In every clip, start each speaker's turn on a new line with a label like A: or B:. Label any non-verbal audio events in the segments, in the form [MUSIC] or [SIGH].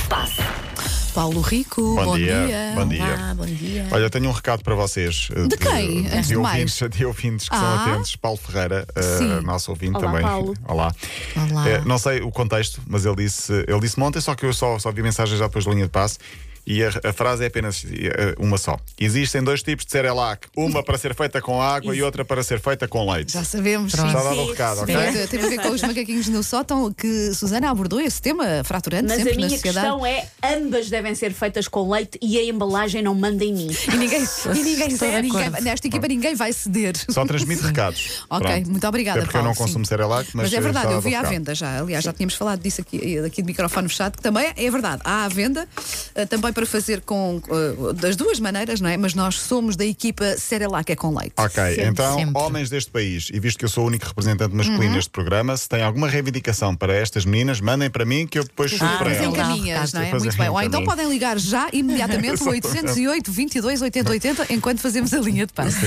A: se passa.
B: Paulo Rico,
C: Bom
B: bom,
C: dia, bom dia.
B: Olá, bom dia.
C: Olha, eu tenho um recado para vocês. eh,
B: De quem?
C: De,
B: Antes de
C: de,
B: mais.
C: ouvintes, [LAUGHS] de ouvintes que
B: Ah.
C: são atentos. Paulo Ferreira, eh,
B: Sim.
C: nosso ouvinte
A: Olá,
C: também.
A: Paulo.
C: Olá.
B: Olá.
C: Eh, não sei o contexto, mas ele disse, ele disse ontem, só que eu só, só vi mensagens já depois da linha de passe. E a, a frase é apenas eh, uma só. Existem dois tipos de Cerelac: uma para ser feita com água e outra para ser feita com leite.
B: Já sabemos. sim.
C: Já dava
A: Sim,
C: o recado, um ok?
A: sim.
B: Teve, teve a ver com os macaquinhos no sótão que Susana abordou esse tema fraturante
A: Mas a
B: sempre
A: minha
B: na sociedade.
A: questão é: ambas devem ser feitas com leite e a embalagem não manda em mim.
B: E
A: [LAUGHS]
B: ninguém, e ninguém cede, ninguém- nesta equipa ninguém vai ceder.
C: Só
B: [LAUGHS]
C: transmite recados.
B: Ok,
C: Pronto.
B: muito obrigada,
C: Até porque eu
B: Paulo,
C: não consumo
B: sim.
C: Cerelac, mas.
B: Mas, é
C: eh,
B: verdade,
C: já
B: eu
C: dava o
B: vi à
C: recado.
B: venda já. Aliás, já tínhamos falado disso aqui, aqui de microfone fechado, que também é verdade. Há à venda eh, também para fazer com eh, das duas maneiras, não é? Mas nós somos da equipa Cerelac é com leite.
C: Ok, então,
D: sempre.
C: homens deste país, e visto que eu sou o único representante masculino
B: Uhum.
C: neste programa, se têm alguma reivindicação para estas meninas, mandem para mim que eu depois chuto
D: Ah,
C: para
B: Mas
D: sim,
B: em
C: elas.
D: cá-
B: caminhas, não é?
C: Depois um
B: Muito
C: em
B: bem. Ou então
C: caminho.
B: podem ligar já imediatamente o 808 22 80 enquanto fazemos a linha de passe.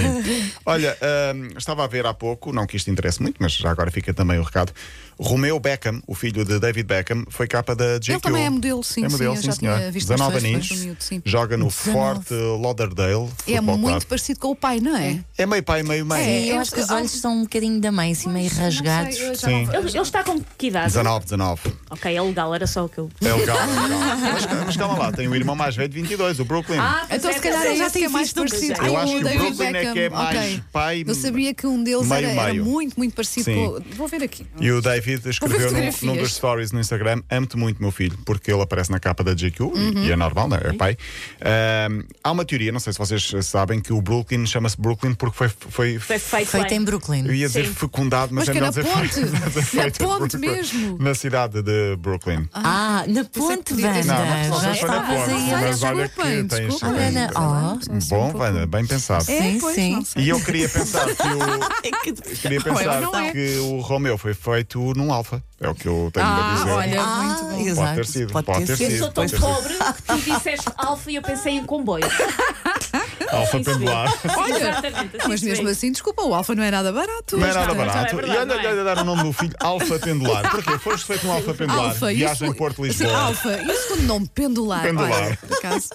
C: Olha, hum, estava a ver há pouco, não que isto interesse muito, mas já agora fica também o recado. Romeu Beckham, o filho de David Beckham, foi capa da GQ.
B: também é modelo, sim,
C: É modelo,
B: sim, eu
C: sim,
B: já
C: senhora.
B: tinha visto
C: 19
B: as fotos do
C: aninhos,
B: miúdo, sim.
C: joga no Fort Lauderdale.
B: É
C: Futebol
B: muito
C: Club.
B: parecido com o pai, não é?
C: É meio pai, meio mãe.
B: É,
D: eu acho que os olhos são um bocadinho da mãe, assim, meio rasgados.
C: Sim.
A: Ele, ele está com que idade?
C: 19, 19.
A: Ok, é legal, era só o que eu.
C: É legal, é legal. mas, ca- mas calma lá, tem o irmão mais velho de 22, o Brooklyn.
A: Ah,
B: Então, se calhar, é esse que é mais parecido
C: Eu
B: com
C: acho
B: o
C: que o
B: David
C: Brooklyn é
B: Beckham.
C: que é mais
B: Ok.
C: pai-
B: Eu sabia que um deles
C: meio,
B: era, era
C: meio.
B: muito, muito parecido
C: Sim.
B: com. Vou ver aqui.
C: E o David escreveu num,
B: fotografias.
C: num dos stories no Instagram: Amo-te muito, meu filho, porque ele aparece na capa da GQ
B: Uhum.
C: e- e é normal, não é? É pai. Ahm, há uma teoria, não sei se vocês sabem, que o Brooklyn chama-se Brooklyn porque foi. foi,
A: Foi feito,
D: Feito
A: bem.
D: em
C: eu
D: Brooklyn.
C: ia dizer
A: Sim.
C: fecundado, mas,
B: Mas
C: é
B: que
C: melhor
B: na
C: dizer
B: ponte.
C: [LAUGHS] fe-
B: Na
C: feito em
B: ponte
C: Brooklyn,
B: mesmo.
C: Na cidade de Brooklyn.
D: Ah, na ponte, Ah,
B: podia
D: Wanda.
B: dizer-
C: Não, não
D: Já
C: vocês foi na
D: estavas
C: ponte,
D: aí a
C: mas
B: desculpem,
C: olha que tens.
B: desculpem.
C: tens-
D: Ana, ó.
C: Bom, Vanda, bem pensado.
B: um É,
D: Sim,
B: pois,
D: sim.
B: não sei.
C: E eu queria pensar que
B: [LAUGHS]
C: o. Queria pensar
B: É não é.
C: que o Romeu foi feito num Alfa. É o que eu tenho a
B: Ah,
C: dizer.
B: olha,
D: Ah,
B: muito bom.
D: exato.
C: Pode ter sido, pode ter
A: Eu
C: sido.
A: sou tão
C: Sim.
A: pobre que tu disseste alfa e eu pensei em
B: [LAUGHS]
A: comboio.
C: Alfa pendular.
A: Exatamente. assim
B: Mas
A: se
B: mesmo
A: vê.
B: assim, desculpa, o Alfa não é nada barato.
C: Não é
B: Está-
C: nada barato.
A: não é
C: e
A: verdade,
C: olha,
A: não é?
C: olha dar o nome do filho, Alfa Pendular. Porquê? Foste feito um Alfa Pendular.
B: Alfa, e o
C: Viagem
B: segu- Sim,
C: Porto-Lisboa.
B: Alfa, e o segundo nome, Pendular.
C: Pendular.
B: Olha, por acaso.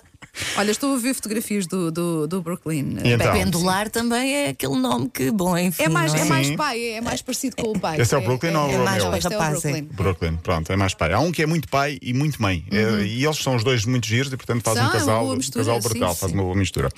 B: Olha, estou a ver fotografias do, do, do Brooklyn.
C: E então?
D: Pendular também é aquele nome que, bom, enfim.
B: É mais,
D: não
B: é
C: Sim.
B: mais pai, é mais parecido com o pai.
C: Esse é o Brooklyn ou o
B: é, mais
C: Romeo?
B: pai, Este é o
D: Rapaz, é.
B: Brooklyn.
C: Brooklyn, pronto, é mais pai. Há um que é muito pai e muito mãe. É, e eles são os dois muito giros e, portanto, fazem
B: Uhum. São,
C: um
B: é uma
C: casal,
B: boa
C: um
B: mistura,
C: casal
B: sim,
C: brutal,
B: sim.
C: faz uma boa mistura.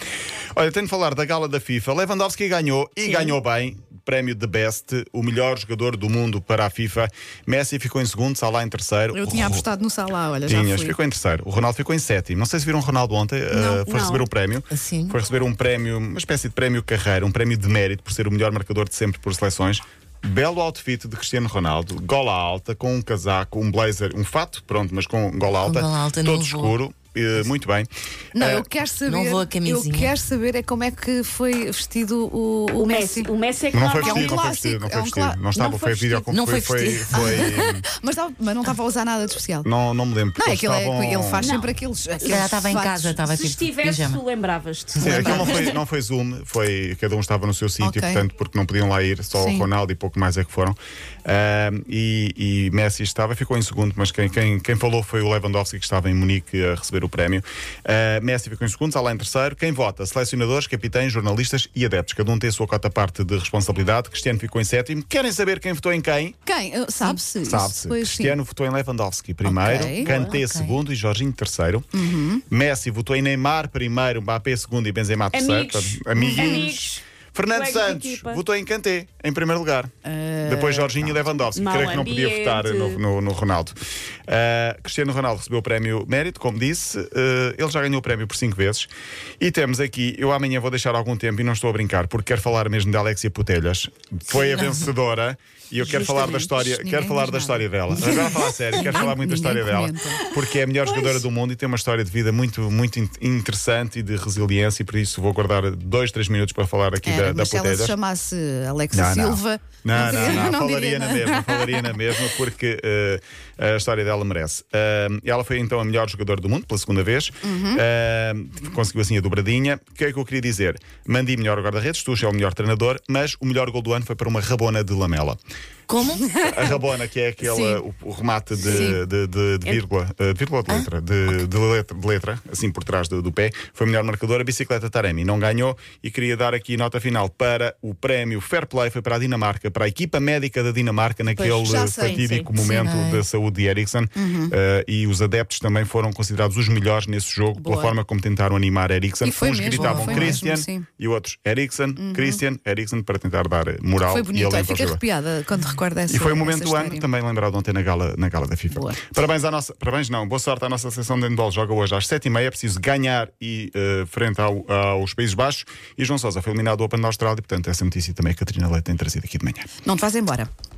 C: Olha, tenho de falar da gala da FIFA. Lewandowski ganhou e ganhou bem. Prémio de Best, o melhor jogador do mundo para a FIFA. Messi ficou em segundo, Salah em terceiro.
B: Eu tinha
C: Ro-
B: apostado no Salah, olha, já
C: Oh. Tinhas,
B: fui.
C: ficou em terceiro. O Ronaldo ficou em sétimo. Não sei se viram o Ronaldo ontem,
B: Não.
C: eh, foi
A: Não.
C: receber o prémio.
D: Sim.
C: Foi receber um prémio, uma espécie de prémio carreira, um prémio de mérito por ser o melhor marcador de sempre por seleções. Belo outfit de Cristiano Ronaldo, gola alta, com um casaco, um blazer, um fato, pronto, mas com um gola alta,
D: gola alta, não
C: todo
D: vou.
C: escuro, eh, muito bem.
B: Não,
C: Eh,
B: eu quero saber.
D: não vou a
B: eu
D: camisinha.
B: quero saber é como é que foi vestido o, o
A: O
B: Messi.
A: Messi, o Messi é que
C: não foi
A: normalmente-
C: vestido, não foi
B: clássico,
C: vestido, não
B: é
C: foi
B: um
C: vestido.
B: clá-
C: Não estava,
B: não
C: foi
B: foi
C: videoconferência.
D: Não foi vestido.
C: foi- eh,
B: Mas, tava- mas não estava a usar nada de especial.
C: não, não me lembro. porque
B: Não, é
C: eles
B: que ele, é-
C: estavam-
B: ele faz
A: Não.
B: sempre aqueles. aqueles
D: Se calhar estava em
B: fatos.
D: casa, estava
A: Se
D: tipo de
A: estivesse,
D: pijama.
A: tu lembravas-te.
C: Sim, é aquilo não foi, não foi Zoom, foi cada um estava no seu sítio,
B: Ok.
C: portanto, porque não podiam lá ir, só
B: Sim.
C: o Ronaldo e pouco mais é que foram. Ahm, e, e Messi estava, ficou em segundo, mas quem, quem, quem falou foi o Lewandowski, que estava em Munique a receber o prémio. Ah, Messi ficou em segundo, está lá em terceiro. Quem vota? Selecionadores, capitães, jornalistas e adeptos. Cada um tem a sua cota parte de responsabilidade. Cristiano ficou em sétimo. Querem saber quem votou em quem?
B: Quem? Eh, Sabe-se. isso
C: Sabe-se.
B: foi assim.
C: Cristiano votou em Lewandowski primeiro,
B: Ok. Uhum.
C: Kanté
D: Ok.
C: segundo e Jorginho terceiro. Messi votou em Neymar primeiro, Mbappé segundo e Benzema terceiro.
A: Amigos.
C: Portanto, amiguinhos.
A: Amigos.
C: Fernando
A: Colegas de
C: Santos
A: equipa.
C: votou em Kanté em primeiro lugar.
B: Ah,
C: Depois Jorginho e Levandowski.
A: Mau
C: Creio que não podia
A: ambiente.
C: votar no, no- no Ronaldo. Ah, Cristiano Ronaldo recebeu o prémio Mérito, como disse. Ah, ele já ganhou o prémio por cinco vezes. E temos aqui, eu amanhã vou deixar algum tempo e não estou a brincar, porque quero falar mesmo da Alexia Putelhas. Foi a vencedora e eu quero falar da
B: Justamente.
C: história,
B: Ninguém
C: quero falar da
B: diz
C: história dela. Agora a falar a sério, quero falar muito
B: Ninguém
C: da história dela,
B: comenta.
C: porque é a melhor jogadora do mundo e tem uma história de vida muito muito in- interessante e de resiliência e por isso vou guardar dois, três minutos para falar aqui
B: Era,
C: da, da
B: mas se ela se
C: Putelhas.
B: chamasse Alexa
C: Não, não.
B: Silva.
C: Não, não,
B: diria-
C: não,
B: diria
C: falaria na
B: nada.
C: mesma, falaria na mesma, porque eh, a história dela merece. Eh, ela foi então a melhor jogadora do mundo pela segunda vez, Eh, conseguiu assim a dobradinha. O que é que eu queria dizer? Mandi melhor guarda-redes, Tuchel é o melhor treinador, mas o melhor gol do ano foi para uma rabona de lamela.
D: Como?
C: A rabona, que é aquele
B: Sim.
C: o, o remate de,
B: Sim. Ah.
C: de, de- de vírgula, eh, de vírgula ou de letra, de, de letra, de letra, assim por trás do, do pé, foi o melhor marcador. A bicicleta Taremi não ganhou e queria dar aqui nota final para o prémio Fair Play, foi para a Dinamarca, para a equipa médica da Dinamarca naquele
B: já sei, Uhum.
C: fatídico
A: sim.
C: momento
D: Sim.
C: da saúde de Eriksen. Eh, e os adeptos também foram considerados os melhores nesse jogo
B: Boa.
C: pela forma como tentaram animar Eriksen.
B: E foi
C: Uns
B: mesmo,
C: gritavam
B: foi mesmo,
C: Christian
B: sim. Uhum.
C: e outros Eriksen, Christian, Eriksen, para tentar dar eh, moral
B: Foi
C: e
B: bonito,
C: alento
B: Ai,
C: ao
B: fico
C: jogador.
B: arrepiada quando recordo essa
C: E foi o
B: essa
C: momento do ano
B: história.
C: também lembrado ontem na gala, na gala da FIFA.
B: Boa.
C: Parabéns à nossa. Parabéns, não. Boa sorte à nossa seleção de handball. Joga hoje às 7h30. É preciso ganhar e eh, frente ao- aos Países Baixos. E João Sousa foi eliminado do Open da Austrália. Portanto, essa notícia também a Catarina Leite tem trazido aqui de manhã.
B: Não te vás embora.